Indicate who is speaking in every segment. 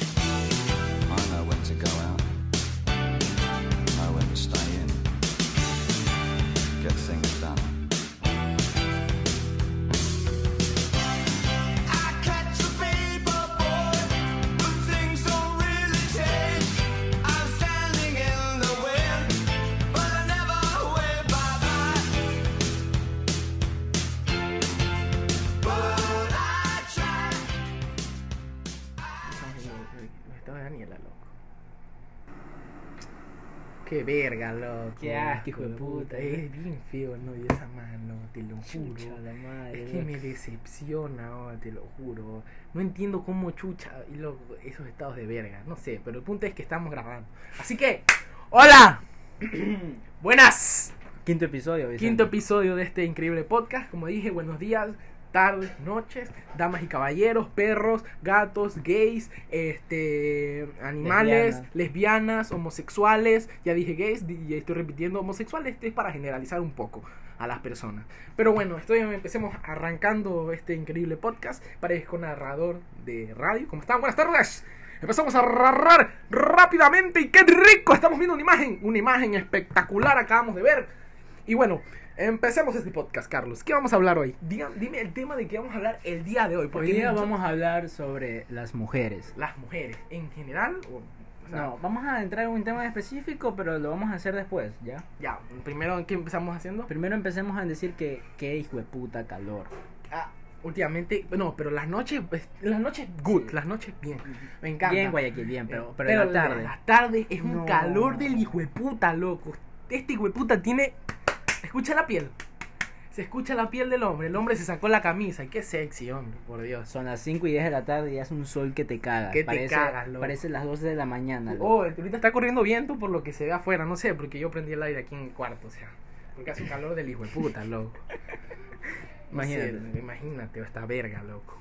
Speaker 1: I know when to go out. Know when to stay in. Get things done.
Speaker 2: I catch a paper boy, but things don't really change. I'm standing in the wind, but I never wave bye bye. But I try.
Speaker 3: Esta weá ni la loco. Qué verga, loco.
Speaker 4: Qué asco, hijo de
Speaker 3: loco.
Speaker 4: puta.
Speaker 3: Es bien feo el novio de esa mano, te lo juro.
Speaker 4: Chucha la madre.
Speaker 3: Es que me decepciona, oh, te lo juro. No entiendo cómo chucha y loco, esos estados de verga. No sé, pero el punto es que estamos grabando. Así que, ¡Hola! Buenas.
Speaker 4: Quinto episodio, Vicente.
Speaker 3: Quinto episodio de este increíble podcast. Como dije, buenos días, tardes, noches, damas y caballeros, perros, gatos, gays, este, animales, lesbianas,
Speaker 4: Lesbianas.
Speaker 3: homosexuales. Ya dije gays di- y estoy repitiendo homosexuales. Este es para generalizar un poco a las personas. Pero bueno, estoy, empecemos arrancando este increíble podcast. Parezco narrador de radio. ¿Cómo están? Buenas tardes. Empezamos a narrar rápidamente y qué rico. Estamos viendo una imagen, una imagen espectacular acabamos de ver. Y bueno, empecemos este podcast, Carlos. ¿Qué vamos a hablar hoy? Diga- dime el tema de que vamos a hablar el día de hoy. Porque
Speaker 4: Hoy día
Speaker 3: no-
Speaker 4: vamos a hablar sobre las mujeres.
Speaker 3: las mujeres en general. O, o sea,
Speaker 4: No, vamos a entrar en un tema específico, pero lo vamos a hacer después, ¿ya?
Speaker 3: Ya, primero, ¿qué empezamos haciendo?
Speaker 4: Primero empecemos a decir que qué hijo de puta calor.
Speaker 3: Ah, últimamente, no, pero las noches, pues, las noches good,
Speaker 4: Sí.
Speaker 3: las noches bien. Me encanta.
Speaker 4: Bien, Guayaquil, bien,
Speaker 3: Eh,
Speaker 4: pero, pero, en la tarde.
Speaker 3: las tardes es un
Speaker 4: No.
Speaker 3: calor del hijo de puta, loco. Este hijo de puta tiene. Escucha la piel. Se escucha la piel del hombre. El hombre se sacó la camisa. Y qué sexy, hombre, por Dios.
Speaker 4: Son las 5 y 10 de la tarde y hace un sol que te cagas.
Speaker 3: Que te
Speaker 4: parece,
Speaker 3: cagas, loco.
Speaker 4: Parece las 12 de la mañana. loco.
Speaker 3: Oh, ahorita está corriendo viento por lo que se ve afuera. No sé, porque yo prendí el aire aquí en el cuarto, o sea. Porque hace un calor del hijo de puta, loco. No sé,
Speaker 4: Imagínate.
Speaker 3: imagínate, esta verga, loco.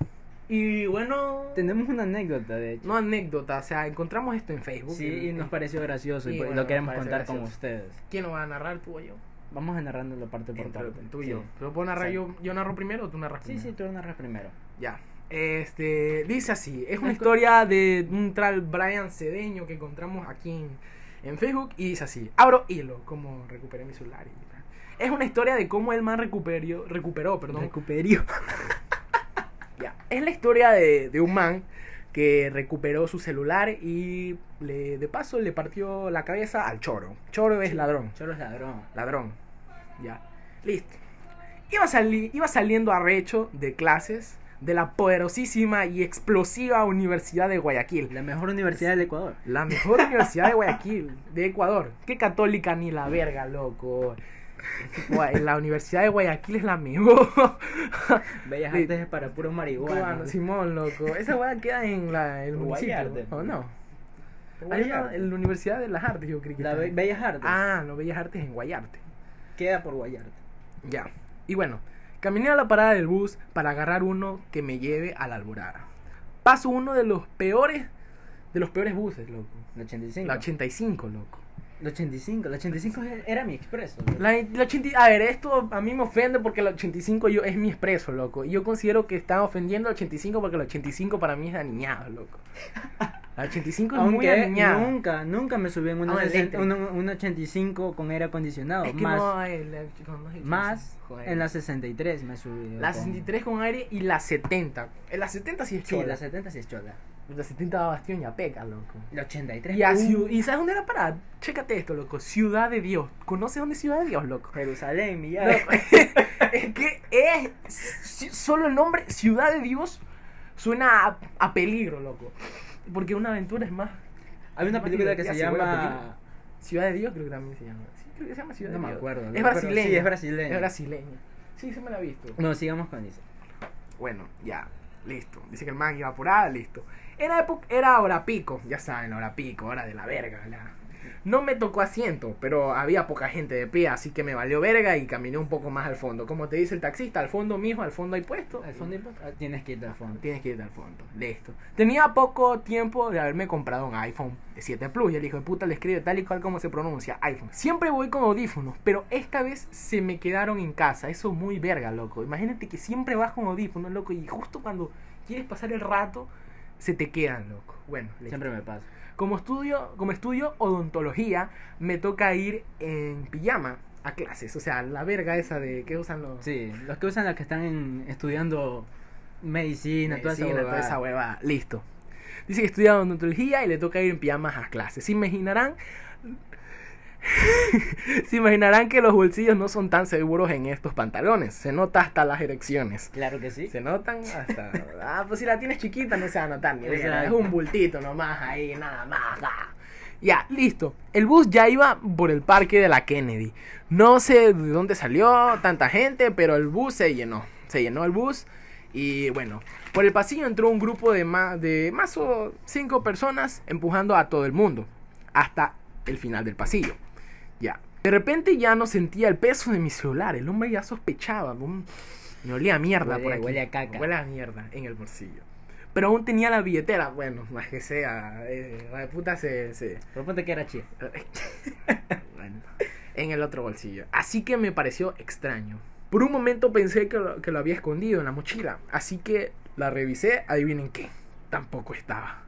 Speaker 3: Y bueno.
Speaker 4: Tenemos una anécdota, de hecho.
Speaker 3: No anécdota, o sea, encontramos esto en Facebook.
Speaker 4: sí, y nos pareció gracioso
Speaker 3: Sí,
Speaker 4: y, pues
Speaker 3: bueno,
Speaker 4: lo queremos
Speaker 3: nos
Speaker 4: contar
Speaker 3: parece
Speaker 4: con
Speaker 3: gracioso.
Speaker 4: ustedes.
Speaker 3: ¿Quién lo va a narrar, tú o yo?
Speaker 4: Vamos a narrando la parte por
Speaker 3: Entre
Speaker 4: parte.
Speaker 3: tú y
Speaker 4: sí.
Speaker 3: yo. ¿Pero puedo narrar yo? ¿Yo narro primero o tú narras
Speaker 4: Sí,
Speaker 3: primero?
Speaker 4: sí, tú narras primero.
Speaker 3: Ya. Este, dice así, es una historia de un tal Brian Cedeño que encontramos aquí en, en Facebook y dice así, abro hilo, como recuperé mi celular. y- es una historia de cómo el man recuperó, recuperó, perdón.
Speaker 4: Recuperio.
Speaker 3: ya. Es la historia de, de un man que recuperó su celular y le, de paso le partió la cabeza al choro. Choro es ladrón.
Speaker 4: Choro es ladrón.
Speaker 3: Ladrón. Ya. Listo. Iba, sali- iba saliendo arrecho de clases de la poderosísima y explosiva Universidad de Guayaquil.
Speaker 4: La mejor universidad del Ecuador.
Speaker 3: La mejor universidad de Guayaquil, de Ecuador. Qué católica ni la verga, loco. Gua- La Universidad de Guayaquil es la mejor.
Speaker 4: Bellas
Speaker 3: Sí.
Speaker 4: artes es para puros
Speaker 3: Cubano,
Speaker 4: marihuanos.
Speaker 3: Simón, loco. Esa weá queda en la, el municipio.
Speaker 4: Guayarte.
Speaker 3: ¿O no? Hay
Speaker 4: Bellas
Speaker 3: una-
Speaker 4: artes.
Speaker 3: en la Universidad de las Artes, yo creo que
Speaker 4: La
Speaker 3: está.
Speaker 4: be- Bellas Artes.
Speaker 3: Ah, no, Bellas Artes en Guayarte.
Speaker 4: Queda por Guayarte.
Speaker 3: Ya. Y bueno, caminé a la parada del bus para agarrar uno que me lleve a la alborada. Paso uno de los peores, de los peores buses, loco.
Speaker 4: La 85.
Speaker 3: La 85, loco.
Speaker 4: La 85. La 85 era mi expreso.
Speaker 3: La, la 80 a ver, esto a mí me ofende porque la 85 yo, es mi expreso, loco. Y yo considero que están ofendiendo al 85 porque la 85 para mí es de aniñado, loco. La 85 es muy
Speaker 4: Aunque
Speaker 3: aniñado.
Speaker 4: nunca, nunca me subí en una
Speaker 3: Ah,
Speaker 4: 60
Speaker 3: eléctrica.
Speaker 4: un, un 85 con aire acondicionado.
Speaker 3: es que
Speaker 4: más
Speaker 3: no hay la- no, no hay
Speaker 4: más
Speaker 3: 85, joder.
Speaker 4: en la 63 me subí.
Speaker 3: La
Speaker 4: con-
Speaker 3: 63 con aire y la 70. En la 70 sí es
Speaker 4: Sí,
Speaker 3: chola.
Speaker 4: la 70 sí es chola.
Speaker 3: La 70 va a Bastión y a Peca, loco.
Speaker 4: La 83.
Speaker 3: Y, a
Speaker 4: uh,
Speaker 3: Ciu- ¿Y sabes dónde era parada? Chécate esto, loco. Ciudad de Dios. ¿Conoces dónde es Ciudad de Dios, loco?
Speaker 4: Jerusalén, mi llave.
Speaker 3: Loco, es que es. si- Solo el nombre Ciudad de Dios suena a, a peligro, loco. Porque una aventura es más.
Speaker 4: Hay una
Speaker 3: Imagínate,
Speaker 4: película que
Speaker 3: ya,
Speaker 4: se
Speaker 3: si huele a
Speaker 4: llama.
Speaker 3: película. Ciudad de Dios, creo que también se llama. Sí, creo que se llama Ciudad
Speaker 4: No
Speaker 3: de
Speaker 4: me
Speaker 3: Dios.
Speaker 4: acuerdo,
Speaker 3: Es
Speaker 4: loco, pero
Speaker 3: brasileña.
Speaker 4: sí, es brasileña.
Speaker 3: Es brasileña. Sí, se me la he visto.
Speaker 4: No, sigamos con eso.
Speaker 3: Bueno, ya, listo. Dice que el man iba apurada, listo. Era, época, era hora pico, ya saben, hora pico, hora de la verga. La, No me tocó asiento, pero había poca gente de pie, así que me valió verga y caminé un poco más al fondo. Como te dice el taxista, al fondo mijo, al fondo hay puesto.
Speaker 4: Al fondo y- ah, tienes que irte al fondo.
Speaker 3: Tienes que irte al fondo. Listo. Tenía poco tiempo de haberme comprado un iPhone 7 Plus. Y el hijo de puta le escribe tal y cual como se pronuncia iPhone. Siempre voy con audífonos, pero esta vez se me quedaron en casa. Eso es muy verga, loco. Imagínate que siempre vas con audífonos, loco. Y justo cuando quieres pasar el rato, se te quedan, loco. Bueno, listo.
Speaker 4: Siempre me pasa.
Speaker 3: Como estudio, como estudio odontología, me toca ir en pijama a clases. O sea, la verga esa de que usan los...
Speaker 4: Sí, los que usan los que están en- estudiando medicina,
Speaker 3: Medicina,
Speaker 4: toda esa
Speaker 3: toda esa
Speaker 4: huevada.
Speaker 3: huevada. Listo. Dice que estudia odontología y le toca ir en pijamas a clases. Se imaginarán. Se imaginarán que los bolsillos no son tan seguros en estos pantalones. Se nota hasta las erecciones.
Speaker 4: Claro que sí.
Speaker 3: Se notan hasta. Ah, pues si la tienes chiquita no se va a notar ni verga, Es
Speaker 4: Exacto.
Speaker 3: un bultito nomás ahí, nada más. ah. Ya, listo. El bus ya iba por el parque de la Kennedy. No sé de dónde salió tanta gente, pero el bus se llenó. Se llenó el bus. Y bueno, por el pasillo entró un grupo de más, de más o cinco personas empujando a todo el mundo. Hasta el final del pasillo. Ya. De repente ya no sentía el peso de mi celular. El hombre ya sospechaba. mm, Me olía a mierda
Speaker 4: Huele-
Speaker 3: por aquí.
Speaker 4: huele a caca.
Speaker 3: Huele a mierda en el bolsillo. Pero aún tenía la billetera. Bueno, más que sea. eh, la puta se- se,
Speaker 4: Proponte que era chía.
Speaker 3: bueno, en el otro bolsillo. Así que me pareció extraño. Por un momento pensé que lo, que lo había escondido en la mochila. Así que la revisé. Adivinen qué. Tampoco estaba.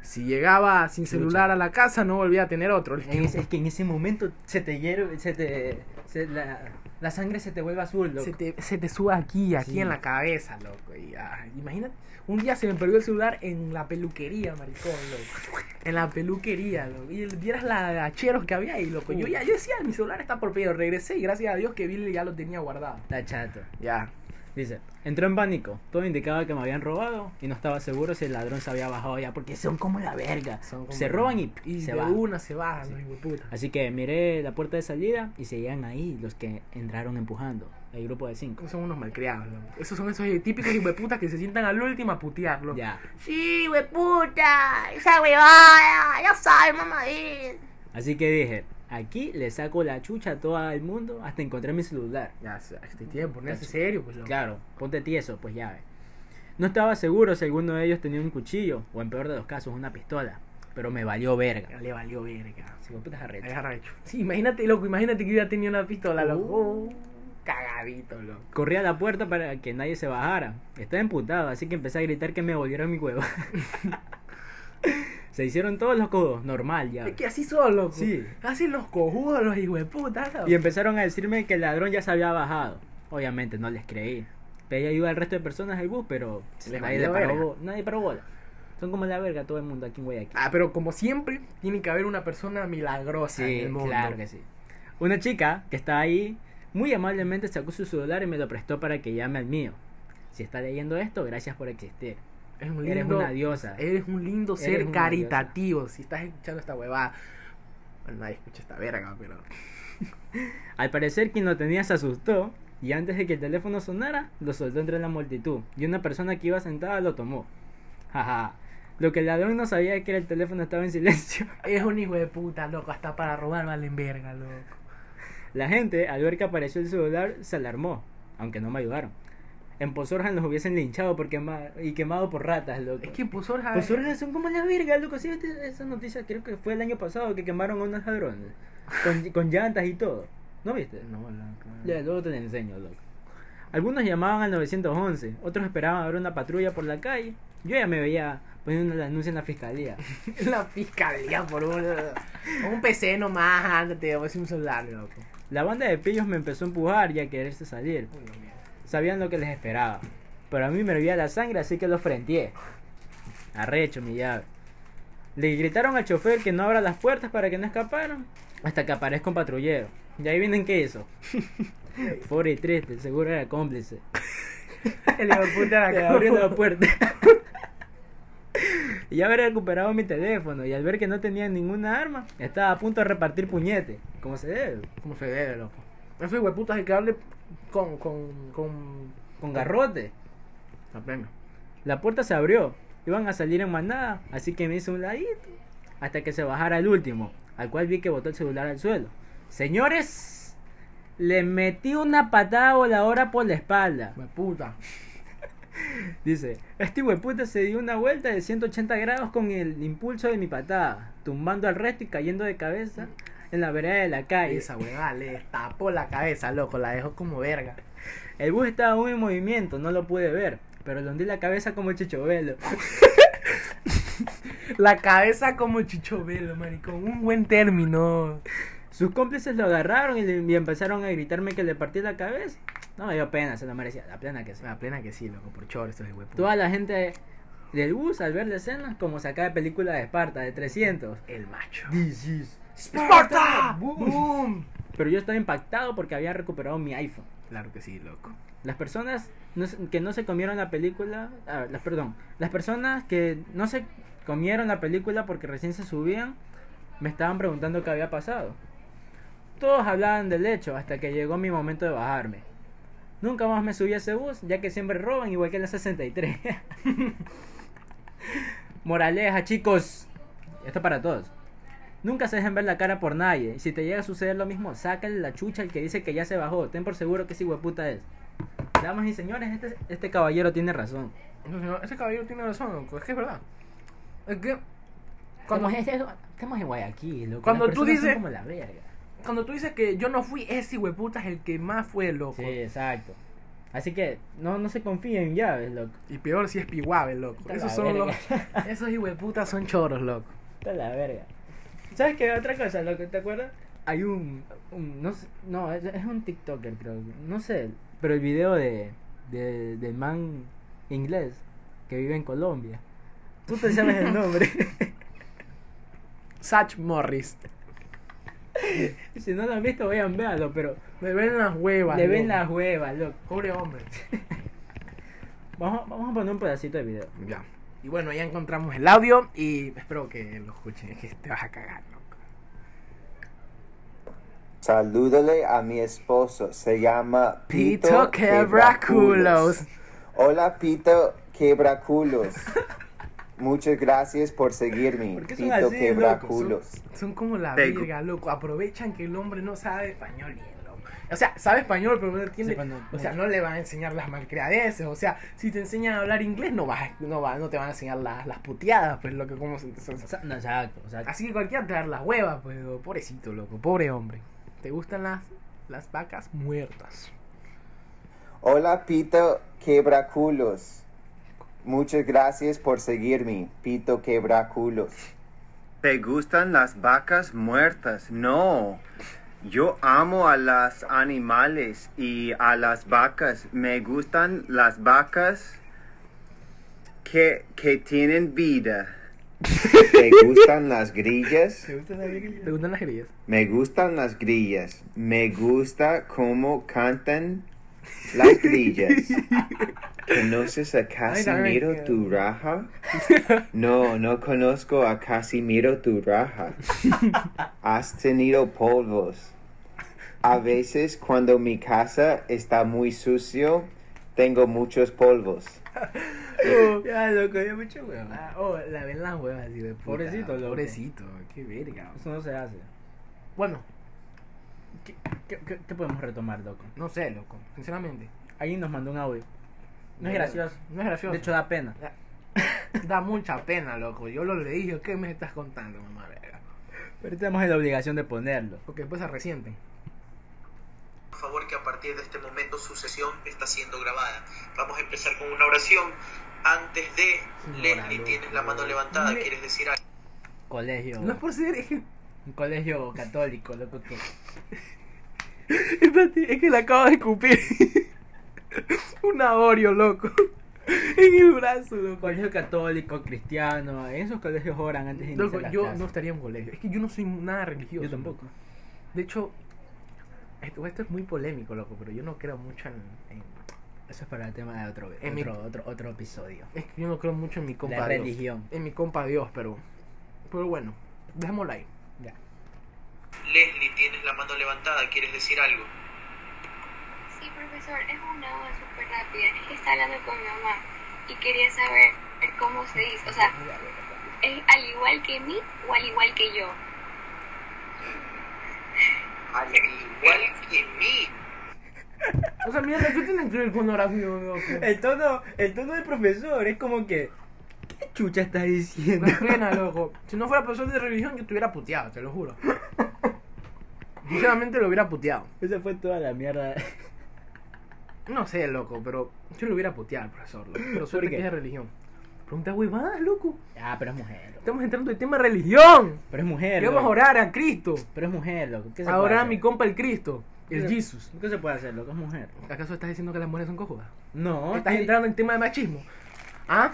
Speaker 3: Si llegaba sin celular a la casa, no volvía a tener otro.
Speaker 4: En ese- es que en ese momento se te hierve, se te. se- la, la sangre se te vuelve azul, loco.
Speaker 3: Se te, se te suba aquí, aquí
Speaker 4: Sí.
Speaker 3: en la cabeza, loco. Y, ah, imagínate, un día se me perdió el celular en la peluquería, maricón, loco. En la peluquería, loco. Y vieras la de hacheros que había ahí, loco. Yo ya yo decía, mi celular está por pedo. Regresé y gracias a Dios que Billy ya lo tenía guardado.
Speaker 4: Está chato.
Speaker 3: Ya.
Speaker 4: Dice, entró en pánico. Todo indicaba que me habían robado y no estaba seguro si el ladrón se había bajado ya, porque son como la verga.
Speaker 3: Son como-
Speaker 4: se roban y,
Speaker 3: Y
Speaker 4: se
Speaker 3: de
Speaker 4: van.
Speaker 3: una se bajan, los hijueputas.
Speaker 4: Así que miré la puerta de salida y seguían ahí los que entraron empujando. El grupo de cinco.
Speaker 3: Son unos malcriados, loco. Esos son esos eh, típicos hijueputas que se sientan al último a putear, loco.
Speaker 4: Ya.
Speaker 3: Sí, hueputa, esa huevada, ya sabes, mamá. eh.
Speaker 4: Así que dije, aquí le saco la chucha a todo el mundo hasta encontrar mi celular.
Speaker 3: Ya, se- este tiempo, no es serio, pues, loco.
Speaker 4: Claro, ponte tieso, pues ya ve. No estaba seguro si alguno de ellos tenía un cuchillo o en peor de los casos una pistola, pero me valió verga.
Speaker 3: Le valió verga.
Speaker 4: Si vos putas arrecho.
Speaker 3: Es arrecho. Sí, imagínate, loco, imagínate que hubiera tenido una pistola, loco. Oh,
Speaker 4: Uh.
Speaker 3: Cagadito, loco.
Speaker 4: Corrí a la puerta para que nadie se bajara. Estaba emputado, así que empecé a gritar que me volvieron mi huevo. se hicieron todos los codos, normal ya.
Speaker 3: Es que así son, loco.
Speaker 4: Sí.
Speaker 3: Así los cojudos, los hijueputas, loco.
Speaker 4: Y empezaron a decirme que el ladrón ya se había bajado. Obviamente no les creí. Pedí ayuda al resto de personas del bus, pero
Speaker 3: Les
Speaker 4: nadie,
Speaker 3: valió
Speaker 4: le paró,
Speaker 3: verga.
Speaker 4: bo- nadie paró bola. Son como la verga todo el mundo aquí en Guayaquil.
Speaker 3: Ah, pero como siempre, tiene que haber una persona milagrosa en
Speaker 4: Sí,
Speaker 3: el mundo.
Speaker 4: claro que sí. Una chica que está ahí muy amablemente sacó su celular y me lo prestó para que llame al mío. Si está leyendo esto, gracias por existir.
Speaker 3: Es un
Speaker 4: Eres
Speaker 3: lindo-
Speaker 4: una diosa.
Speaker 3: Eres un lindo
Speaker 4: Eres
Speaker 3: ser
Speaker 4: una
Speaker 3: caritativo. Si estás escuchando esta huevada. Bueno, nadie escucha esta verga, pero.
Speaker 4: Al parecer quien lo tenía se asustó y antes de que el teléfono sonara, lo soltó entre la multitud y una persona que iba sentada lo tomó. Jaja. Lo que el ladrón no sabía es que el teléfono estaba en silencio.
Speaker 3: Es un hijo de puta, loco. Hasta para robar valen verga, loco.
Speaker 4: La gente, al ver que apareció el celular, se alarmó, aunque no me ayudaron. En Pozorjan los hubiesen linchado por quema- y quemado por ratas, loco.
Speaker 3: Es que Pozorja.
Speaker 4: Pues ahora son como la verga, loco. Sí, viste esa noticia creo que fue el año pasado que quemaron a unos ladrones. Con, con llantas y todo. ¿No viste?
Speaker 3: No, loco.
Speaker 4: Ya, luego te la enseño, loco. Algunos llamaban al 911, otros esperaban a ver una patrulla por la calle. Yo ya me veía poniendo el anuncio en la fiscalía.
Speaker 3: La fiscalía por un, un PC nomás, ándate, voy a un celular, loco.
Speaker 4: La banda de pillos me empezó a empujar y a quererse salir.
Speaker 3: Uy, no, mierda.
Speaker 4: Sabían lo que les esperaba. Pero a mí me hervía la sangre, así que lo frenteé. Arrecho mi llave. Le gritaron al chofer que no abra las puertas para que no escaparan. Hasta que aparezca un patrullero. Y ahí vienen que eso. Pobre y triste, seguro era cómplice.
Speaker 3: El hijo de puta
Speaker 4: Le
Speaker 3: la
Speaker 4: abrió la
Speaker 3: abrió
Speaker 4: puerta. y había recuperado mi teléfono. Y al ver que no tenía ninguna arma, estaba a punto de repartir puñete. Como se debe.
Speaker 3: Como se debe, loco. Esos hueputas hay que darle con, con, con,
Speaker 4: Con garrote.
Speaker 3: la premio.
Speaker 4: La puerta se abrió, iban a salir en manada, así que me hice un ladito hasta que se bajara el último. al cual vi que botó el celular al suelo. Señores, le metí una patada voladora por la espalda.
Speaker 3: Me puta.
Speaker 4: Dice, este hueputa se dio una vuelta de 180 grados con el impulso de mi patada, tumbando al resto y cayendo de cabeza en la vereda de la calle.
Speaker 3: Esa weá le tapó la cabeza, loco. La dejó como verga.
Speaker 4: El bus estaba aún en movimiento, no lo pude ver, pero le hundí la cabeza como chichovelo.
Speaker 3: La cabeza como chichovelo, maricón. Un buen término.
Speaker 4: Sus cómplices lo agarraron y, le- y empezaron a gritarme que le partí la cabeza. No me dio pena, se lo merecía, la plena que sea.
Speaker 3: La plena que sí, loco. Por chor, estos de hueputa.
Speaker 4: Toda la gente del bus al ver la escena, como sacada de película de Esparta, de 300.
Speaker 3: El macho.
Speaker 4: This is
Speaker 3: ¡Sparta!
Speaker 4: Boom.
Speaker 3: ¡Boom!
Speaker 4: Pero yo estaba impactado porque había recuperado mi iPhone.
Speaker 3: Claro que sí, loco.
Speaker 4: Las personas no se- que no se comieron la película, ah, las, perdón, las personas que no se comieron la película porque recién se subían, me estaban preguntando qué había pasado. Todos hablaban del hecho hasta que llegó mi momento de bajarme. Nunca más me subí a ese bus, ya que siempre roban igual que en la 63. Moraleja, chicos. Esto para todos. Nunca se dejen ver la cara por nadie. Y si te llega a suceder lo mismo, sácale la chucha al que dice que ya se bajó. Ten por seguro que ese hueputa es. Damas y señores, este, este caballero tiene razón.
Speaker 3: No, señor, ese caballero tiene razón, loco. Es que es verdad. Es que. Cuando,
Speaker 4: Estamos, este es- estamos en Guayaquil, loco.
Speaker 3: Cuando
Speaker 4: Las
Speaker 3: tú
Speaker 4: personas son
Speaker 3: dices-
Speaker 4: como la verga.
Speaker 3: cuando tú dices que yo no fui ese hueputa es el que más fue, loco.
Speaker 4: Sí, exacto. Así que no, no se confíen en llaves, loco.
Speaker 3: Y peor si es pihuave, loco.
Speaker 4: Está
Speaker 3: Esos
Speaker 4: la
Speaker 3: son los.
Speaker 4: verga.
Speaker 3: Esos hijueputas son choros, loco.
Speaker 4: Está la verga. ¿Sabes qué? Otra cosa, loco, ¿te acuerdas? Hay un. un- no, sé- no es, es un TikToker, creo. No sé. Pero el video de, de- del man inglés que vive en Colombia. Tú te sabes el nombre.
Speaker 3: Satch Morris.
Speaker 4: si no lo han visto, vayan, véanlo. Pero
Speaker 3: Le ven las huevas.
Speaker 4: le ven
Speaker 3: loco.
Speaker 4: las huevas, loco.
Speaker 3: Pobre hombre.
Speaker 4: Vamos, vamos a poner un pedacito de video.
Speaker 3: Ya. Y bueno, ya encontramos el audio y espero que lo escuchen. Es que te vas a cagar, loco.
Speaker 5: Salúdale a mi esposo, se llama Pito,
Speaker 3: Pito
Speaker 5: Quebraculos.
Speaker 3: quebraculos.
Speaker 5: Hola Pito Quebraculos. Muchas gracias por seguirme,
Speaker 4: ¿Por qué son
Speaker 5: Pito
Speaker 4: así, loco?
Speaker 5: Quebraculos.
Speaker 3: Son como la
Speaker 5: Te-
Speaker 3: verga, loco. Aprovechan que el hombre no sabe español bien, loco. O sea, sabe español, pero no entiende.
Speaker 4: Sepa, no-
Speaker 3: o sea, no le van a enseñar las malcriadeces. O sea, si te enseñan a hablar inglés, no vas, a- no, va, no te van a enseñar las, las puteadas, pues lo que como se- se- se-
Speaker 4: Sa- No, exacto, exacto.
Speaker 3: Así que cualquiera te va a dar las huevas, pues pobrecito, loco. Pobre hombre. ¿Te gustan las, las vacas muertas?
Speaker 5: Hola Pito Quebraculos. Muchas gracias por seguirme, Pito Quebraculos. ¿Te gustan las vacas muertas? No. Yo amo a los animales y a las vacas. Me gustan las vacas que, que tienen vida. ¿Te gustan las grillas?
Speaker 3: ¿Te gustan las grillas?
Speaker 5: Me gustan las grillas. Me gusta cómo cantan las grillas. ¿Conoces a Casimiro
Speaker 3: Ay, no,
Speaker 5: tu raja? No, no conozco a Casimiro tu raja. Has tenido polvos. A veces cuando mi casa está muy sucio, tengo muchos polvos.
Speaker 4: Ya, loco, ya mucho huevo.
Speaker 3: Ah, oh, la ven las huevas, así de puta.
Speaker 4: Pobrecito, loco.
Speaker 3: Pobrecito, qué verga.
Speaker 4: Eso no se hace.
Speaker 3: Bueno,
Speaker 4: ¿Qué, qué- qué podemos retomar, loco?
Speaker 3: no sé, loco, sinceramente.
Speaker 4: Alguien nos mandó un audio. No es gracioso.
Speaker 3: No es gracioso.
Speaker 4: De hecho, da pena.
Speaker 3: da mucha pena, loco. Yo lo leí, yo, ¿qué me estás contando, mamá verga?
Speaker 4: Pero tenemos la obligación de ponerlo.
Speaker 3: Porque después se resienten.
Speaker 6: Por favor que a partir de este momento su sesión está siendo grabada. Vamos a empezar con una oración. Antes de
Speaker 3: Señora,
Speaker 6: Leslie,
Speaker 3: loco.
Speaker 6: tienes la mano levantada,
Speaker 3: Le-
Speaker 6: ¿quieres decir algo?
Speaker 4: Colegio.
Speaker 3: No es por ser, es que,
Speaker 4: Un colegio católico, loco que.
Speaker 3: espérate, es que le acabo de escupir un Oreo, loco. En el brazo,
Speaker 4: Un
Speaker 3: loco.
Speaker 4: colegio católico, cristiano. En esos colegios oran antes de iniciar
Speaker 3: Loco,
Speaker 4: las
Speaker 3: yo
Speaker 4: clases.
Speaker 3: no estaría en colegio. Es que yo no soy nada religioso.
Speaker 4: Yo tampoco.
Speaker 3: loco. De hecho, esto, esto es muy polémico, loco, pero yo no creo mucho en. en-
Speaker 4: Eso es para el tema de otro,
Speaker 3: En mi-
Speaker 4: otro, otro, otro episodio.
Speaker 3: es que yo no creo mucho en mi compa
Speaker 4: La
Speaker 3: Dios.
Speaker 4: religión.
Speaker 3: En mi compa Dios, pero. Pero bueno, dejémoslo ahí.
Speaker 4: Ya.
Speaker 6: Leslie, tienes la mano levantada, ¿quieres decir algo?
Speaker 7: Sí, profesor, es una voz súper rápida. Es que está hablando con mi mamá y quería saber cómo se dice. O sea, ¿es al igual que mí o al igual que yo?
Speaker 6: al igual que mí.
Speaker 3: O sea, mierda, ¿qué tiene que ver con Horacio? loco?
Speaker 4: El tono, el tono del profesor es como que. ¿Qué chucha estás diciendo?
Speaker 3: Da pena, loco. Si no fuera profesor de religión, yo estuviera puteado, te lo juro. Sinceramente lo hubiera puteado.
Speaker 4: Esa fue toda la mierda.
Speaker 3: No sé, loco, pero yo lo hubiera puteado al profesor, loco. Pero suerte
Speaker 4: qué?
Speaker 3: que es de religión. Pregunta huevadas, loco.
Speaker 4: Ah, pero es mujer. loco.
Speaker 3: Estamos entrando en tema de religión.
Speaker 4: Pero es mujer.
Speaker 3: Le vamos a
Speaker 4: loco.
Speaker 3: orar a Cristo.
Speaker 4: Pero es mujer, loco. ¿Qué se puede
Speaker 3: Ahora
Speaker 4: hacer?
Speaker 3: mi compa el Cristo, el
Speaker 4: Pero-
Speaker 3: Jesus.
Speaker 4: ¿Qué se puede hacer, loco? Es mujer.
Speaker 3: ¿Acaso estás diciendo que las mujeres son cojudas?
Speaker 4: No,
Speaker 3: Estás
Speaker 4: te-
Speaker 3: entrando en tema de machismo. ¿Ah?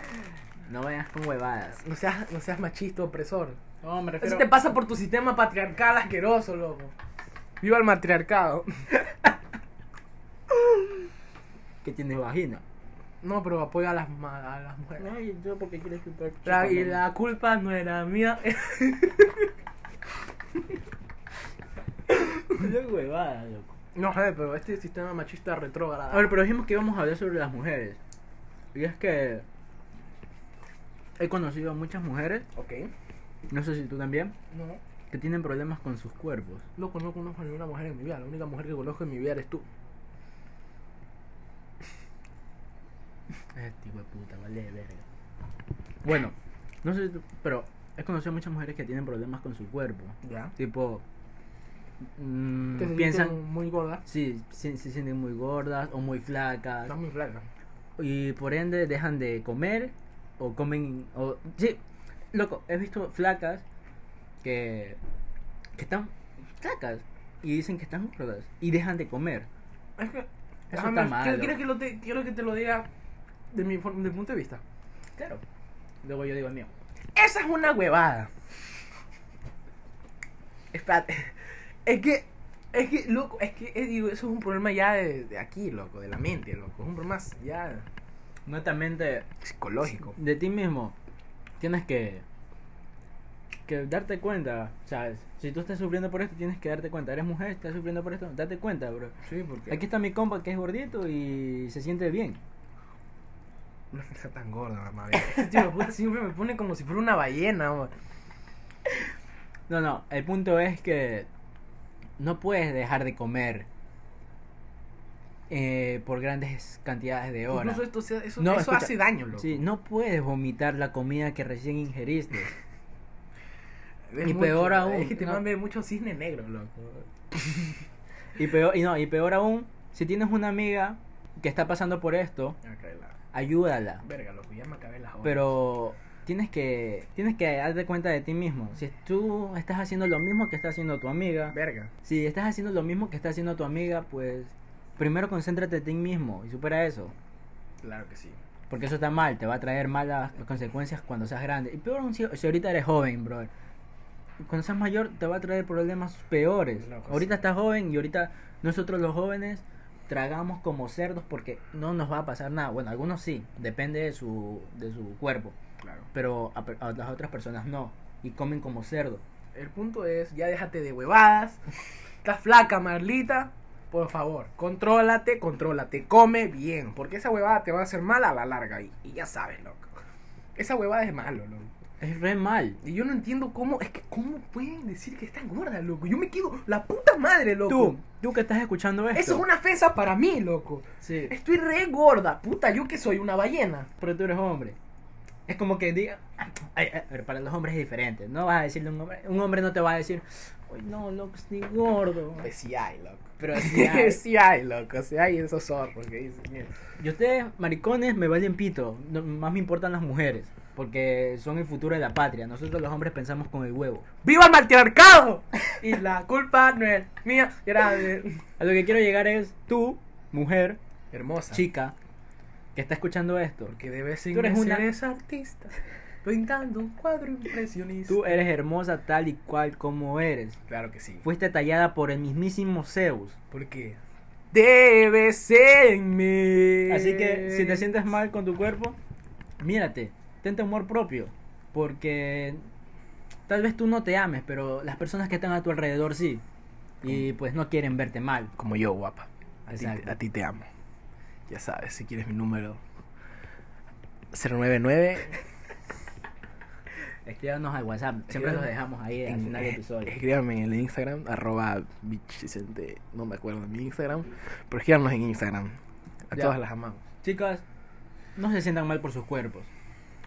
Speaker 4: No vayas con huevadas.
Speaker 3: No seas, no seas machista, opresor.
Speaker 4: No, me
Speaker 3: Eso te pasa por tu sistema patriarcal asqueroso, loco. Viva el matriarcado.
Speaker 4: que tienes vagina.
Speaker 3: No, pero apoya a las, ma- a las mujeres.
Speaker 4: Ay, yo porque quieres que te
Speaker 3: La- y la culpa no era mía.
Speaker 4: Yo huevada, loco.
Speaker 3: No sé, pero este sistema machista retrógrada.
Speaker 4: A ver, pero dijimos que íbamos a hablar sobre las mujeres. Y es que he conocido a muchas mujeres,
Speaker 3: ok.
Speaker 4: no sé si tú también,
Speaker 3: No,
Speaker 4: que tienen problemas con sus cuerpos.
Speaker 3: loco, no conozco a ninguna mujer en mi vida. La única mujer que conozco en mi vida eres tú.
Speaker 4: Este hijo de puta, vale de verga. Bueno, no sé, si tú- pero he conocido a muchas mujeres que tienen problemas con su cuerpo.
Speaker 3: Ya.
Speaker 4: Tipo, mm,
Speaker 3: Que se
Speaker 4: piensan,
Speaker 3: sienten muy gorda.
Speaker 4: sí, se, se sienten muy gordas o muy flacas.
Speaker 3: Estás muy flaca.
Speaker 4: y por ende dejan de comer o comen o sí loco he visto flacas que que están flacas y dicen que están gordas y dejan de comer
Speaker 3: Es que.
Speaker 4: está
Speaker 3: Además,
Speaker 4: mal,
Speaker 3: Quiero,
Speaker 4: loco.
Speaker 3: quiero que lo te, quiero que te lo diga de mi, forma- de mi punto de vista.
Speaker 4: claro luego yo digo el mío
Speaker 3: Esa es una huevada. Espérate. Es que. Es que, loco, es que eh, digo, eso es un problema ya de, de aquí, loco, de la mente, loco. Es un problema ya
Speaker 4: netamente
Speaker 3: psicológico.
Speaker 4: de ti mismo tienes que que darte cuenta sabes si tú estás sufriendo por esto tienes que darte cuenta eres mujer estás sufriendo por esto date cuenta bro
Speaker 3: Sí, porque.
Speaker 4: aquí está mi compa que es gordito y se siente bien
Speaker 3: No está tan gorda, mamá. Este tío de puta siempre me pone como si fuera una ballena, güey.
Speaker 4: No, no, el punto es que no puedes dejar de comer eh, por grandes cantidades de horas.
Speaker 3: Incluso esto, se- eso,
Speaker 4: No,
Speaker 3: eso
Speaker 4: escucha.
Speaker 3: hace daño, loco.
Speaker 4: Sí, no puedes vomitar la comida que recién ingeriste.
Speaker 3: Ves
Speaker 4: y peor aún,
Speaker 3: Es que te
Speaker 4: no.
Speaker 3: van a ver mucho cisne negro, loco.
Speaker 4: Y peor, y no, y peor aún, si tienes una amiga que está pasando por esto,
Speaker 3: Ya me acabé la
Speaker 4: ayúdala.
Speaker 3: verga, loco. Ya me acabé las horas.
Speaker 4: Pero tienes que tienes que darte cuenta de ti mismo. Si tú estás haciendo lo mismo que está haciendo tu amiga,
Speaker 3: Verga.
Speaker 4: Si estás haciendo lo mismo que está haciendo tu amiga, pues primero concéntrate en ti mismo y supera eso.
Speaker 3: Claro que sí.
Speaker 4: Porque eso está mal, te va a traer malas consecuencias cuando seas grande. Y peor aún si, si ahorita eres joven, brother. Cuando seas mayor te va a traer problemas peores.
Speaker 3: Loco,
Speaker 4: ahorita
Speaker 3: sí.
Speaker 4: estás joven y ahorita nosotros los jóvenes tragamos como cerdos porque no nos va a pasar nada. Bueno, algunos sí, depende de su, de su cuerpo.
Speaker 3: Claro.
Speaker 4: Pero a, per- a las otras personas no. Y comen como cerdos.
Speaker 3: El punto es, ya déjate de huevadas. Estás flaca, Marlita. Por favor, contrólate, contrólate, come bien. Porque esa huevada te va a hacer mal a la larga. Y, y ya sabes, loco. Esa huevada es malo, loco.
Speaker 4: Es re mal.
Speaker 3: Y yo no entiendo cómo, es que cómo pueden decir que están gordas, loco. Yo me quedo la puta madre, loco.
Speaker 4: Tú, tú que estás escuchando esto.
Speaker 3: Eso es una ofensa para mí, loco.
Speaker 4: Sí.
Speaker 3: Estoy re gorda, puta, yo que soy una ballena.
Speaker 4: pero tú eres hombre. Es como que diga, ay, ay, pero para los hombres es diferente. No vas a decirle a un hombre, un hombre no te va a decir, uy, no, loco, estoy gordo.
Speaker 3: Pues sí hay, loco.
Speaker 4: Pero sí hay.
Speaker 3: sí hay, loco. Sí hay esos zorros que dicen. mira.
Speaker 4: Y ustedes, maricones, me valen pito. No- más me importan las mujeres, porque son el futuro de la patria. Nosotros los hombres pensamos con el huevo.
Speaker 3: ¡Viva el matriarcado! Y la culpa no es mía, era de...
Speaker 4: A lo que quiero llegar es tú, mujer,
Speaker 3: Hermosa.
Speaker 4: chica, que está escuchando esto.
Speaker 3: Porque de vez en
Speaker 4: Tú eres
Speaker 3: cuando
Speaker 4: una-
Speaker 3: eres artista, pintando un cuadro impresionista.
Speaker 4: Tú eres hermosa tal y cual como eres.
Speaker 3: Claro que sí.
Speaker 4: Fuiste tallada por el mismísimo Zeus.
Speaker 3: Porque debes en mí.
Speaker 4: Así que si te sientes mal con tu cuerpo, mírate, tente amor propio, porque tal vez tú no te ames, pero las personas que están a tu alrededor sí, y pues no quieren verte mal.
Speaker 3: Como yo, guapa. A ti,
Speaker 4: Exacto.
Speaker 3: a ti te amo. Ya sabes, si quieres mi número... 099
Speaker 4: Escríbanos al WhatsApp. Siempre los dejamos ahí al
Speaker 3: En-
Speaker 4: final del
Speaker 3: eh,
Speaker 4: episodio.
Speaker 3: Escríbanme en el Instagram, arroba bichicente, no me acuerdo de mi Instagram, pero escríbanos en Instagram. A
Speaker 4: Ya.
Speaker 3: todas las amamos.
Speaker 4: Chicas, no se sientan mal por sus cuerpos.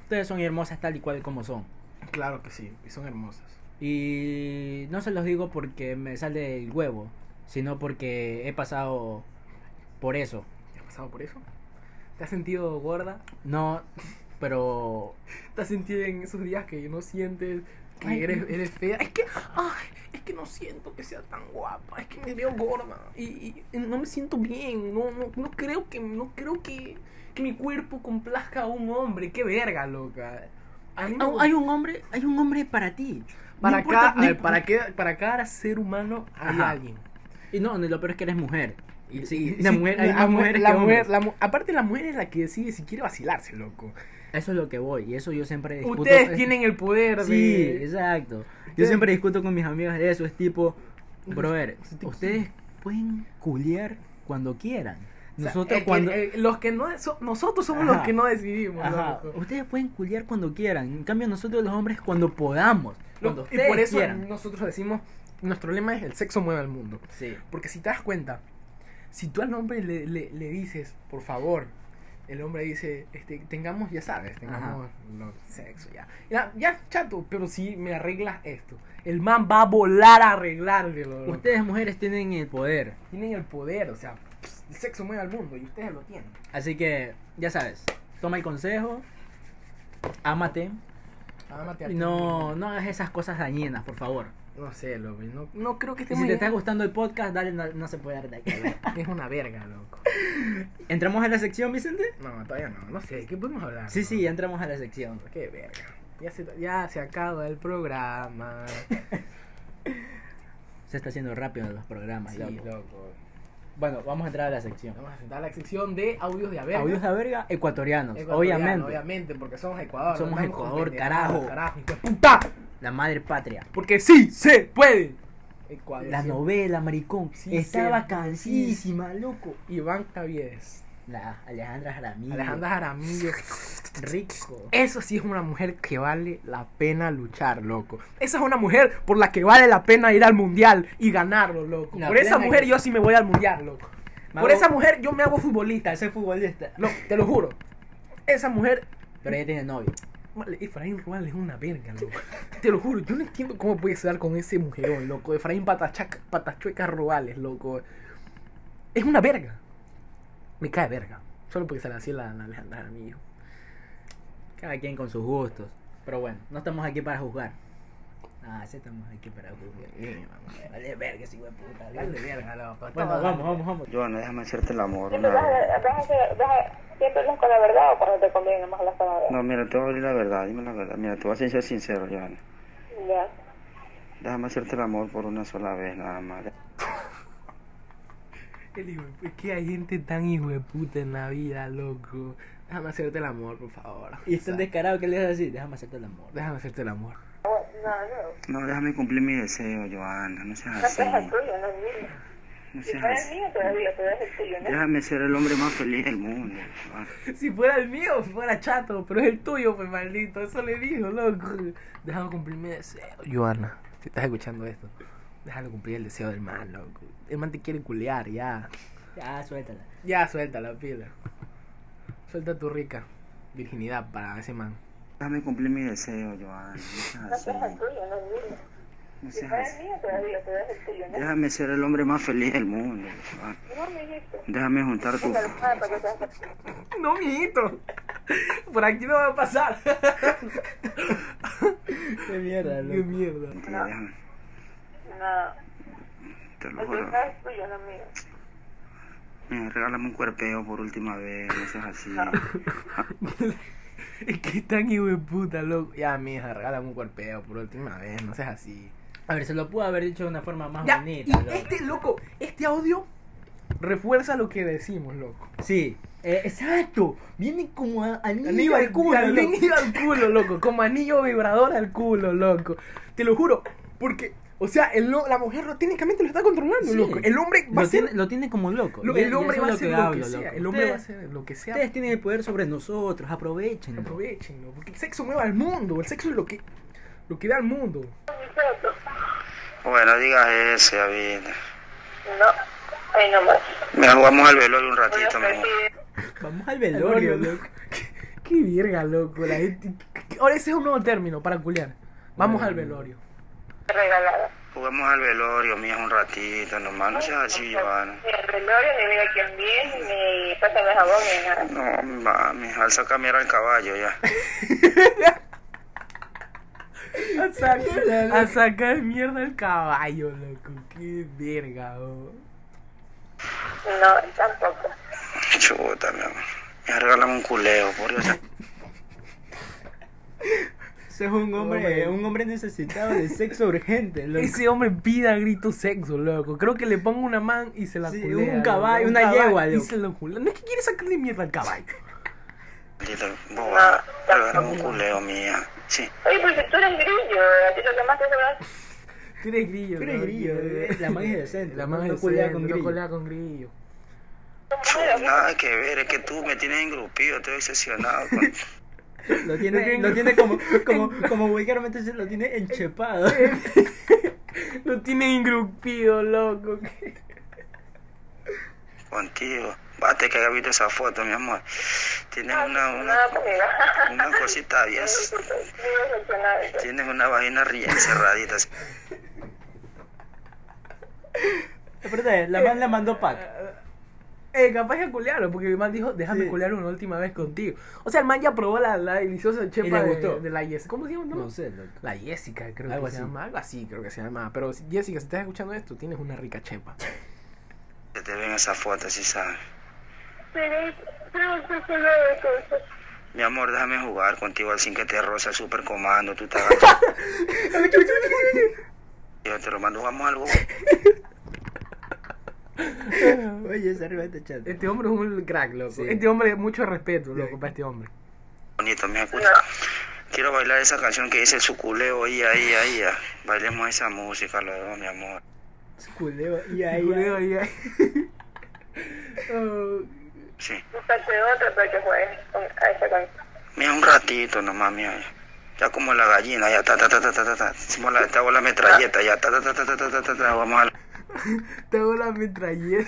Speaker 4: Ustedes son hermosas tal y cual como son.
Speaker 3: Claro que sí, y son hermosas.
Speaker 4: Y no se los digo porque me sale el huevo, sino porque he pasado por eso.
Speaker 3: ¿Te has pasado por eso? ¿Te has sentido gorda?
Speaker 4: No, pero
Speaker 3: ¿Te has sentido en esos días que no sientes que
Speaker 4: Ay,
Speaker 3: eres, eres fea? Es que, ay, es que no siento que sea tan guapa, es que me veo gorda y, y- y no me siento bien, no, no, no creo que, no creo que, que mi cuerpo complazca a un hombre, qué verga, loca. A mí me
Speaker 4: Ah,
Speaker 3: gusta-
Speaker 4: hay un hombre, hay un hombre para ti. No
Speaker 3: para,
Speaker 4: importa-
Speaker 3: cada,
Speaker 4: no
Speaker 3: a ver,
Speaker 4: imp-
Speaker 3: para, que- para cada ser humano hay
Speaker 4: Ajá.
Speaker 3: alguien.
Speaker 4: Y no, ni lo peor es que eres mujer. Y sí,
Speaker 3: Sí,
Speaker 4: la mujer, hay
Speaker 3: la
Speaker 4: más
Speaker 3: mu-
Speaker 4: mujeres
Speaker 3: la
Speaker 4: que
Speaker 3: mujer-
Speaker 4: hombres.
Speaker 3: la mu- aparte la mujer es la que decide si quiere vacilarse, loco.
Speaker 4: Eso es lo que voy y eso yo siempre discuto.
Speaker 3: Ustedes tienen el poder
Speaker 4: Sí,
Speaker 3: de...
Speaker 4: exacto. Yo
Speaker 3: Ustedes-
Speaker 4: siempre discuto con mis amigas de eso, es tipo, brother,
Speaker 3: Sí, tipo,
Speaker 4: ustedes pueden culiar cuando quieran.
Speaker 3: O sea,
Speaker 4: Nosotros
Speaker 3: el que-
Speaker 4: cuando
Speaker 3: el- los que no so- nosotros somos
Speaker 4: Ajá.
Speaker 3: los que no decidimos
Speaker 4: Ajá,
Speaker 3: loco.
Speaker 4: ustedes pueden culiar cuando quieran. En cambio nosotros los hombres cuando podamos, cuando
Speaker 3: Lo- y
Speaker 4: ustedes
Speaker 3: por eso
Speaker 4: quieran.
Speaker 3: nosotros decimos nuestro lema es el sexo mueve al mundo
Speaker 4: Sí.
Speaker 3: porque si te das cuenta si tú al hombre le, le- le dices por favor el hombre dice este tengamos ya sabes tengamos lo- sexo ya. ya ya chato pero si me arreglas esto el man va a volar a arreglártelo loco.
Speaker 4: Ustedes mujeres tienen el poder,
Speaker 3: tienen el poder o sea pss, el sexo mueve al mundo y ustedes lo tienen
Speaker 4: así que ya sabes, toma el consejo. Ámate
Speaker 3: Ámate a
Speaker 4: y
Speaker 3: ti
Speaker 4: no, no hagas esas cosas dañinas, por favor.
Speaker 3: No sé, loco. y No, no creo que
Speaker 4: Y
Speaker 3: este
Speaker 4: si
Speaker 3: man
Speaker 4: te
Speaker 3: ya-
Speaker 4: está gustando el podcast, dale, no, no se puede dar de aquí.
Speaker 3: Es una verga, loco.
Speaker 4: ¿Entramos a la sección, Vicente?
Speaker 3: No, todavía no. No sé, ¿de ¿qué podemos hablar?
Speaker 4: Sí,
Speaker 3: no?
Speaker 4: sí, ya entramos a la sección.
Speaker 3: Qué verga. Ya se, ya se acaba el programa.
Speaker 4: Se está haciendo rápido en los programas.
Speaker 3: sí,
Speaker 4: loco.
Speaker 3: loco.
Speaker 4: Bueno, vamos a entrar a la sección.
Speaker 3: Vamos a sentar la sección de audios de haber.
Speaker 4: Audios de verga, ecuatorianos,
Speaker 3: Ecuatoriano,
Speaker 4: obviamente.
Speaker 3: Obviamente, porque somos Ecuador.
Speaker 4: Somos
Speaker 3: no andamos con
Speaker 4: Ecuador,
Speaker 3: pendejadas,
Speaker 4: carajo.
Speaker 3: Carajo, hijo de puta.
Speaker 4: La madre patria.
Speaker 3: Porque sí se puede. Ecuador.
Speaker 4: La
Speaker 3: sí.
Speaker 4: novela, maricón.
Speaker 3: Sí,
Speaker 4: está
Speaker 3: sí.
Speaker 4: vacancísima, loco.
Speaker 3: Iván Caviedes.
Speaker 4: La Alejandra Jaramillo.
Speaker 3: Alejandra Jaramillo.
Speaker 4: Rico.
Speaker 3: Eso sí es una mujer que vale la pena luchar, loco. Esa es una mujer por la que vale la pena ir al mundial y ganarlo, loco.
Speaker 4: La
Speaker 3: por esa
Speaker 4: plena
Speaker 3: mujer
Speaker 4: que-
Speaker 3: yo sí me voy al mundial, loco.
Speaker 4: Me
Speaker 3: por
Speaker 4: hago-
Speaker 3: esa mujer yo me hago futbolista.
Speaker 4: Tal ser futbolista.
Speaker 3: Lo- te lo juro. Esa mujer.
Speaker 4: Pero ella tiene novio.
Speaker 3: Vale, Efraín Rual es una verga, loco. Te lo juro, yo no entiendo cómo puedes dar con ese mujerón, loco. Efraín Patachac, Patachueca Ruales, loco. Es una verga. Me cae verga. Solo porque se la hacía la, la Alejandra Jaramillo.
Speaker 4: Cada quien con sus gustos. Pero bueno, no estamos aquí para juzgar. Ah, sí estamos aquí para juzgar. Vale verga, ese hijo de puta.
Speaker 3: Dale verga, loco.
Speaker 4: Bueno, vamos, vamos, vamos.
Speaker 5: Joana, déjame hacerte el amor.
Speaker 8: Siempre vas, a- vas, a hacer- vas a- siempre hablas con la verdad o cuando te conviene más las palabras.
Speaker 5: No, mira, te voy a decir la verdad, dime la verdad. Mira, te voy a ser sincero, Joana.
Speaker 8: Ya.
Speaker 5: Déjame hacerte el amor por una sola vez, nada más.
Speaker 3: El hijo de pu- Es que hay gente tan hijo de puta en la vida, loco. Déjame hacerte el amor, por favor. este
Speaker 4: Y este están descarados que les das así. Déjame hacerte el amor.
Speaker 3: Déjame hacerte el amor.
Speaker 8: No, no.
Speaker 5: No, déjame cumplir mi deseo, Joana. No seas
Speaker 8: No,
Speaker 5: así.
Speaker 8: pero es el tuyo, Ah, no es mío.
Speaker 5: No
Speaker 8: Si
Speaker 5: seas
Speaker 8: fuera el
Speaker 5: así.
Speaker 8: mío todavía, pero es el tuyo, ¿no?
Speaker 5: Déjame ser el hombre más feliz del mundo. Joana.
Speaker 3: Si fuera el mío, fuera chato, pero es el tuyo, pues maldito. Eso le dijo, loco. Déjame cumplir mi deseo, Joana. Si estás escuchando esto, déjame cumplir el deseo del man, loco. El man te quiere culear, ya.
Speaker 4: Ya, suéltala.
Speaker 3: Ya, suelta la pila. Suelta tu rica virginidad para ese man.
Speaker 5: Déjame cumplir mi deseo, Joana. No seas
Speaker 8: No,
Speaker 5: así.
Speaker 8: pero es el tuyo, no es mío.
Speaker 5: No
Speaker 8: Si
Speaker 5: seas
Speaker 8: fuera el
Speaker 5: así.
Speaker 8: mío todavía, pero es el tuyo, ¿no?
Speaker 5: Déjame ser el hombre más feliz del mundo. Joana.
Speaker 8: No, mijito.
Speaker 5: Déjame juntar tu...
Speaker 8: Nunca lo sabes ah, para que seas feliz.
Speaker 3: No, mijito. Por aquí no va a pasar.
Speaker 4: Qué mierda,
Speaker 3: Qué mierda.
Speaker 5: Mentira, déjame.
Speaker 8: No.
Speaker 5: Te lo
Speaker 8: El
Speaker 5: juro.
Speaker 8: tuyo es tuyo, no es mío.
Speaker 5: Mira, regálame un cuerpeo por última vez. No seas así.
Speaker 3: Es que tan hijo de puta, loco. Ya, mija, regálame un cuerpeo por última vez, no seas así.
Speaker 4: A ver, se lo pudo haber dicho de una forma más
Speaker 3: Ya, y
Speaker 4: bonita. loco.
Speaker 3: este, loco, este audio refuerza lo que decimos, loco.
Speaker 4: Sí, eh, exacto. Viene como a- anillo, al culo.
Speaker 3: al
Speaker 4: loco.
Speaker 3: anillo al culo, loco. Como anillo vibrador al culo, loco. Te lo juro, porque, o sea, el, lo- la mujer lo, técnicamente lo está controlando,
Speaker 4: Sí.
Speaker 3: loco. El hombre va a
Speaker 4: Lo
Speaker 3: ser...
Speaker 4: tiene, lo tiene como loco.
Speaker 3: lo-
Speaker 4: Ya-
Speaker 3: el
Speaker 4: ya
Speaker 3: hombre
Speaker 4: eso
Speaker 3: va a
Speaker 4: es
Speaker 3: ser
Speaker 4: que
Speaker 3: lo
Speaker 4: hablo,
Speaker 3: que sea.
Speaker 4: loco.
Speaker 3: El hombre va a
Speaker 4: Ustedes-
Speaker 3: ser lo que sea.
Speaker 4: Ustedes tienen el poder sobre nosotros, aprovechen.
Speaker 3: Aprovechenlo, porque el sexo mueve al mundo. El sexo es lo que Lo que da al mundo.
Speaker 9: Bueno, digas ese, Avina.
Speaker 8: No, ahí nomás.
Speaker 9: Mejor vamos al velorio un ratito,
Speaker 8: Bueno,
Speaker 9: mejor.
Speaker 8: sí.
Speaker 4: Vamos al velorio,
Speaker 3: Velorio,
Speaker 4: loco.
Speaker 3: Qué- Qué verga, loco. la gente- Ahora ese es un nuevo término para culiar. Vamos al velorio.
Speaker 8: regalada.
Speaker 9: Juguemos al velorio, mijo, un ratito, nomás. No seas así, Giovanna.
Speaker 8: Ni el velorio, ni mira quién viene, ni pásame jabón, ni nada.
Speaker 9: No, mami, alza a caminar al caballo ya.
Speaker 3: A sacar, a sacar mierda el caballo, loco. Qué verga, oh.
Speaker 8: No, tampoco.
Speaker 9: Chuta, mi amor. Me regálame un culeo, por Dios.
Speaker 4: Ese es un hombre,
Speaker 3: Hombre.
Speaker 4: un hombre necesitado de sexo urgente, loco.
Speaker 3: Ese hombre pida grito sexo, loco. Creo que le pongo una man y se la
Speaker 4: Sí,
Speaker 3: culea,
Speaker 4: un caballo,
Speaker 3: loco.
Speaker 4: una yegua,
Speaker 3: Y
Speaker 4: loco.
Speaker 3: se lo culea. No es que quiere sacarle mierda al caballo.
Speaker 9: Maldito, boba. Regálame un culeo, mía. Sí.
Speaker 8: Oye, porque tú eres grillo, a ti lo que más te sobra
Speaker 3: Tú eres grillo,
Speaker 4: Tú eres
Speaker 3: loco.
Speaker 4: grillo, eh. La man es decente,
Speaker 3: La man
Speaker 4: no
Speaker 3: es
Speaker 4: culea
Speaker 3: decente,
Speaker 4: con
Speaker 3: no
Speaker 4: grillo.
Speaker 3: culea con grillo.
Speaker 9: Chu, nada que ver, es que tú me tienes engrupido, estoy obsesionado con...
Speaker 4: Lo tiene, lo tiene como, como, como vulgarmente se lo tiene enchepado. eh.
Speaker 3: Lo tiene ingrupido, loco.
Speaker 9: contigo. Bate que haya visto esa foto, mi amor. Tienes una, una,
Speaker 8: nada conmigo.
Speaker 9: una cosita bien. Tienes una vagina ri- encerradita. así.
Speaker 4: Espérate, la man la mandó pack.
Speaker 3: Eh, capaz de culearlo, porque el man dijo, déjame
Speaker 4: Sí.
Speaker 3: culear una última vez contigo. O sea, el man ya probó la, la deliciosa chepa
Speaker 4: le
Speaker 3: de-
Speaker 4: gustó.
Speaker 3: De, la Jessica. ¿Cómo se llama?
Speaker 4: No sé, loco.
Speaker 3: La Jessica, creo
Speaker 4: Algo
Speaker 3: que se
Speaker 4: así.
Speaker 3: llama. Algo así, creo que se llama. Pero si- Jessica, si estás escuchando esto, tienes una rica chepa.
Speaker 9: Que te ven esa foto, si sabes. Mi amor, déjame jugar contigo al sin que te roza el super comando. Tú te agachas, yo te lo mando. Vamos algo.
Speaker 4: Oye, se arriba este chat.
Speaker 3: Este hombre es un crack, loco.
Speaker 4: Sí.
Speaker 3: Este hombre, mucho respeto, loco, para este hombre.
Speaker 9: Bonito, me escucha. Quiero bailar esa canción que dice el suculeo, ia, ia, ia. Bailemos esa música, los dos, mi amor.
Speaker 4: Su culeo, y ahí.
Speaker 3: Culeo ahí, ahí. Oh,
Speaker 9: Sí.
Speaker 8: Buscaste otra para que juegues con- a esa canción.
Speaker 9: Mira, un ratito nomás, mira. Ya como la gallina, ya ta ta ta ta ta ta. ta. Hicimos la, te hago la metralleta, ya ta ta ta ta ta ta ta ta. ta. Vamos al.
Speaker 3: te hago la metralleta.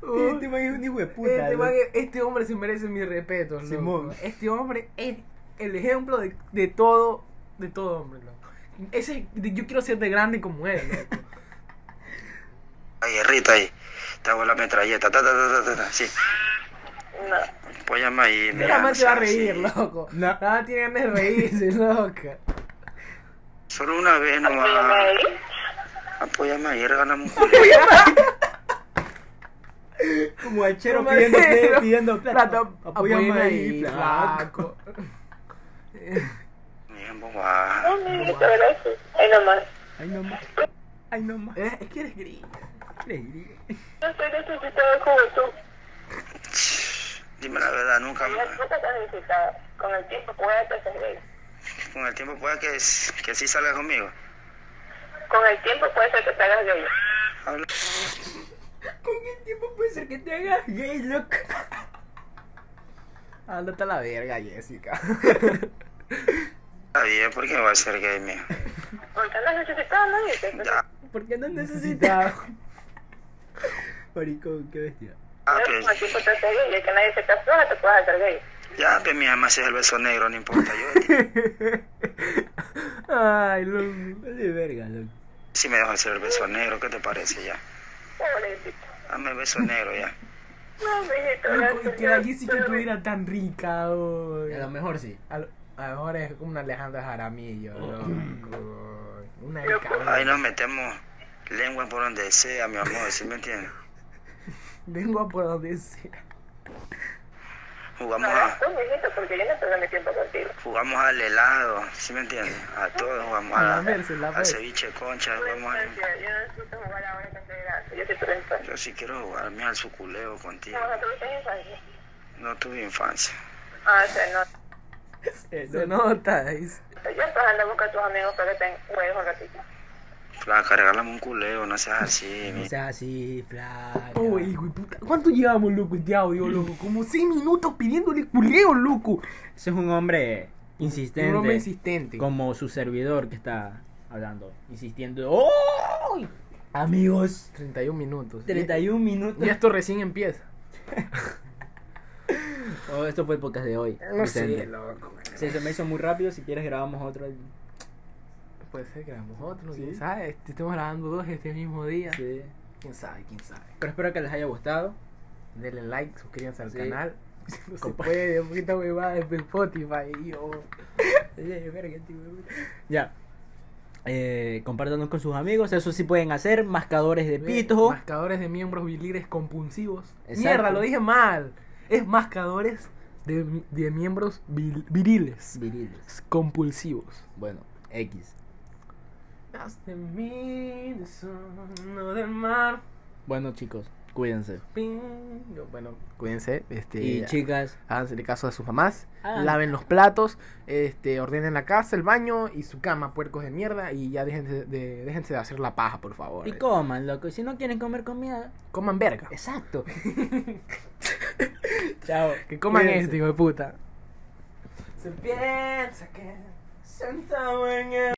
Speaker 3: Oh,
Speaker 4: Este man es un hijo de puta.
Speaker 3: Este,
Speaker 4: loco.
Speaker 3: man- este hombre se merece mi respeto, loco.
Speaker 4: Simón.
Speaker 3: Este hombre es el ejemplo de, de todo, de todo hombre, loco. Ese, de- yo quiero ser de grande como él, loco.
Speaker 9: Ahí, Rita, ahí. Te hago la metralleta, ta ta ta ta ta. ta. Sí.
Speaker 8: No.
Speaker 9: Apóyame ahí, mira.
Speaker 3: Nada
Speaker 9: no
Speaker 3: más se va a
Speaker 9: seas así.
Speaker 3: reír, loco.
Speaker 4: No.
Speaker 3: Nada más tiene ganas de reírse, loca.
Speaker 9: Solo una vez nomás.
Speaker 8: Oye, Mary,
Speaker 9: Apóyame ahí, regálame un culeo.
Speaker 4: Como hachero
Speaker 3: Como
Speaker 4: pidiendo,
Speaker 3: hachero.
Speaker 4: pidiendo plata.
Speaker 3: Apóyame ahí, flaco.
Speaker 4: flaco.
Speaker 9: Bien, boba.
Speaker 8: no, amiguito, gracias. Ahí nomás.
Speaker 4: Ay, no más. Ay, no más.
Speaker 3: Eh, Es que eres gris.
Speaker 8: Yo soy necesitada como tú.
Speaker 9: Dime la verdad, nunca
Speaker 8: Ya
Speaker 9: más.
Speaker 8: tú te has necesitado. Con el tiempo puedes te haces gay.
Speaker 9: Con el tiempo pueda que, s- que sí salgas conmigo.
Speaker 8: Con el tiempo puede ser que te hagas gay.
Speaker 9: Habla.
Speaker 4: Con el tiempo puede ser que te hagas gay, loco.
Speaker 3: Ándate a la verga, Jessica.
Speaker 9: Está bien, porque va a ser gay, mía.
Speaker 8: Porque no has necesitado, no dices.
Speaker 9: Ya.
Speaker 4: ¿Por qué no necesitas? Maricón, qué bestia.
Speaker 9: Ah,
Speaker 8: Pero
Speaker 9: pues.
Speaker 8: Con el tiempo te haces gay. Ya que nadie se te afloja, te puedes hacer gay.
Speaker 9: Ya, pues, mi mamá, ese es el beso negro, no importa. Yo,
Speaker 3: Ay, loco.
Speaker 4: Vale, verga, loco.
Speaker 9: Si me dejo hacer el beso negro, ¿qué te parece ya?
Speaker 8: Pobrecito.
Speaker 9: Dame el beso negro ya.
Speaker 8: No, mijito,
Speaker 3: Loco, Y
Speaker 8: gracias.
Speaker 3: que la Jessica estuviera tan rica, oh.
Speaker 4: A lo mejor sí.
Speaker 3: A lo, a lo mejor es como una Alejandra Jaramillo,
Speaker 4: Oh.
Speaker 3: loco. Una de
Speaker 9: Ahí
Speaker 3: cabrón.
Speaker 9: nos metemos lengua por donde sea, mi amor, ¿sí me entiendes?
Speaker 3: Lengua por donde sea.
Speaker 8: No,
Speaker 9: Jugamos
Speaker 8: eres
Speaker 9: a,
Speaker 8: tú, mijito, porque yo no perdí mi tiempo contigo.
Speaker 9: jugamos al helado, ¿sí me entiendes? A todo, jugamos
Speaker 3: A
Speaker 9: a
Speaker 3: la merce, la
Speaker 9: al
Speaker 3: merce.
Speaker 9: ceviche concha,
Speaker 8: Yo
Speaker 9: jugamos al...
Speaker 8: necesito jugar ahora con Yo soy tu infancia.
Speaker 9: Yo sí quiero jugar, mira, al suculeo contigo.
Speaker 8: No, no tuviste infancia.
Speaker 9: No tuve infancia.
Speaker 8: Ah, se nota.
Speaker 3: Eh, Se nota. dice.
Speaker 8: Ya estás andando a buscar a tus amigos para que te juegues un ratito.
Speaker 9: Flaca, regálame un culeo, no seas así, mi...
Speaker 4: sea así, flaca.
Speaker 3: Oh, hijo de puta. ¿Cuánto llevamos, loco, este audio, loco? Como 6 minutos pidiéndole culeo, loco.
Speaker 4: Ese es un hombre Insistente.
Speaker 3: Un hombre insistente.
Speaker 4: Como su servidor que está hablando. Insistiendo. ¡Oh! Amigos.
Speaker 3: 31 minutos.
Speaker 4: 31 minutos.
Speaker 3: Y esto recién empieza.
Speaker 4: Oh, esto fue el podcast de hoy.
Speaker 3: No sé,
Speaker 4: Vicente.
Speaker 3: loco.
Speaker 4: Sí, se me hizo muy rápido. Si quieres, grabamos otro.
Speaker 3: Puede ser que grabamos otro,
Speaker 4: Sí.
Speaker 3: quién sabe. Este- Estamos grabando dos este mismo día.
Speaker 4: Sí.
Speaker 3: Quién sabe, quién sabe.
Speaker 4: Pero espero que les haya gustado.
Speaker 3: Denle like, suscríbanse al
Speaker 4: Sí.
Speaker 3: canal. No se
Speaker 4: Compa-
Speaker 3: puede, un poquito me va desde Spotify. y Yo.
Speaker 4: Ya. Eh, compártanos con sus amigos. Eso sí pueden hacer. Mascadores de pito.
Speaker 3: Mascadores de miembros bilires compulsivos.
Speaker 4: Exacto.
Speaker 3: Mierda, lo dije mal. Es mascadores de, mi- de miembros vil- viriles
Speaker 4: Viriles.
Speaker 3: compulsivos.
Speaker 4: Bueno, X.
Speaker 3: Haz de mí de sono del mar.
Speaker 4: Bueno, chicos, cuídense.
Speaker 3: Ping. Yo, Bueno, cuídense. Este,
Speaker 4: Y chicas,
Speaker 3: háganse caso a sus mamás,
Speaker 4: Ah.
Speaker 3: laven los platos, este, ordenen la casa, el baño y su cama, puercos de mierda, y ya déjense de, déjense de hacer la paja, por favor.
Speaker 4: y coman, loco. Y si no quieren comer comida,
Speaker 3: coman verga.
Speaker 4: exacto. Chao.
Speaker 3: Que coman
Speaker 4: Cuídense.
Speaker 3: esto, hijo de puta. Se piensa que sentado en el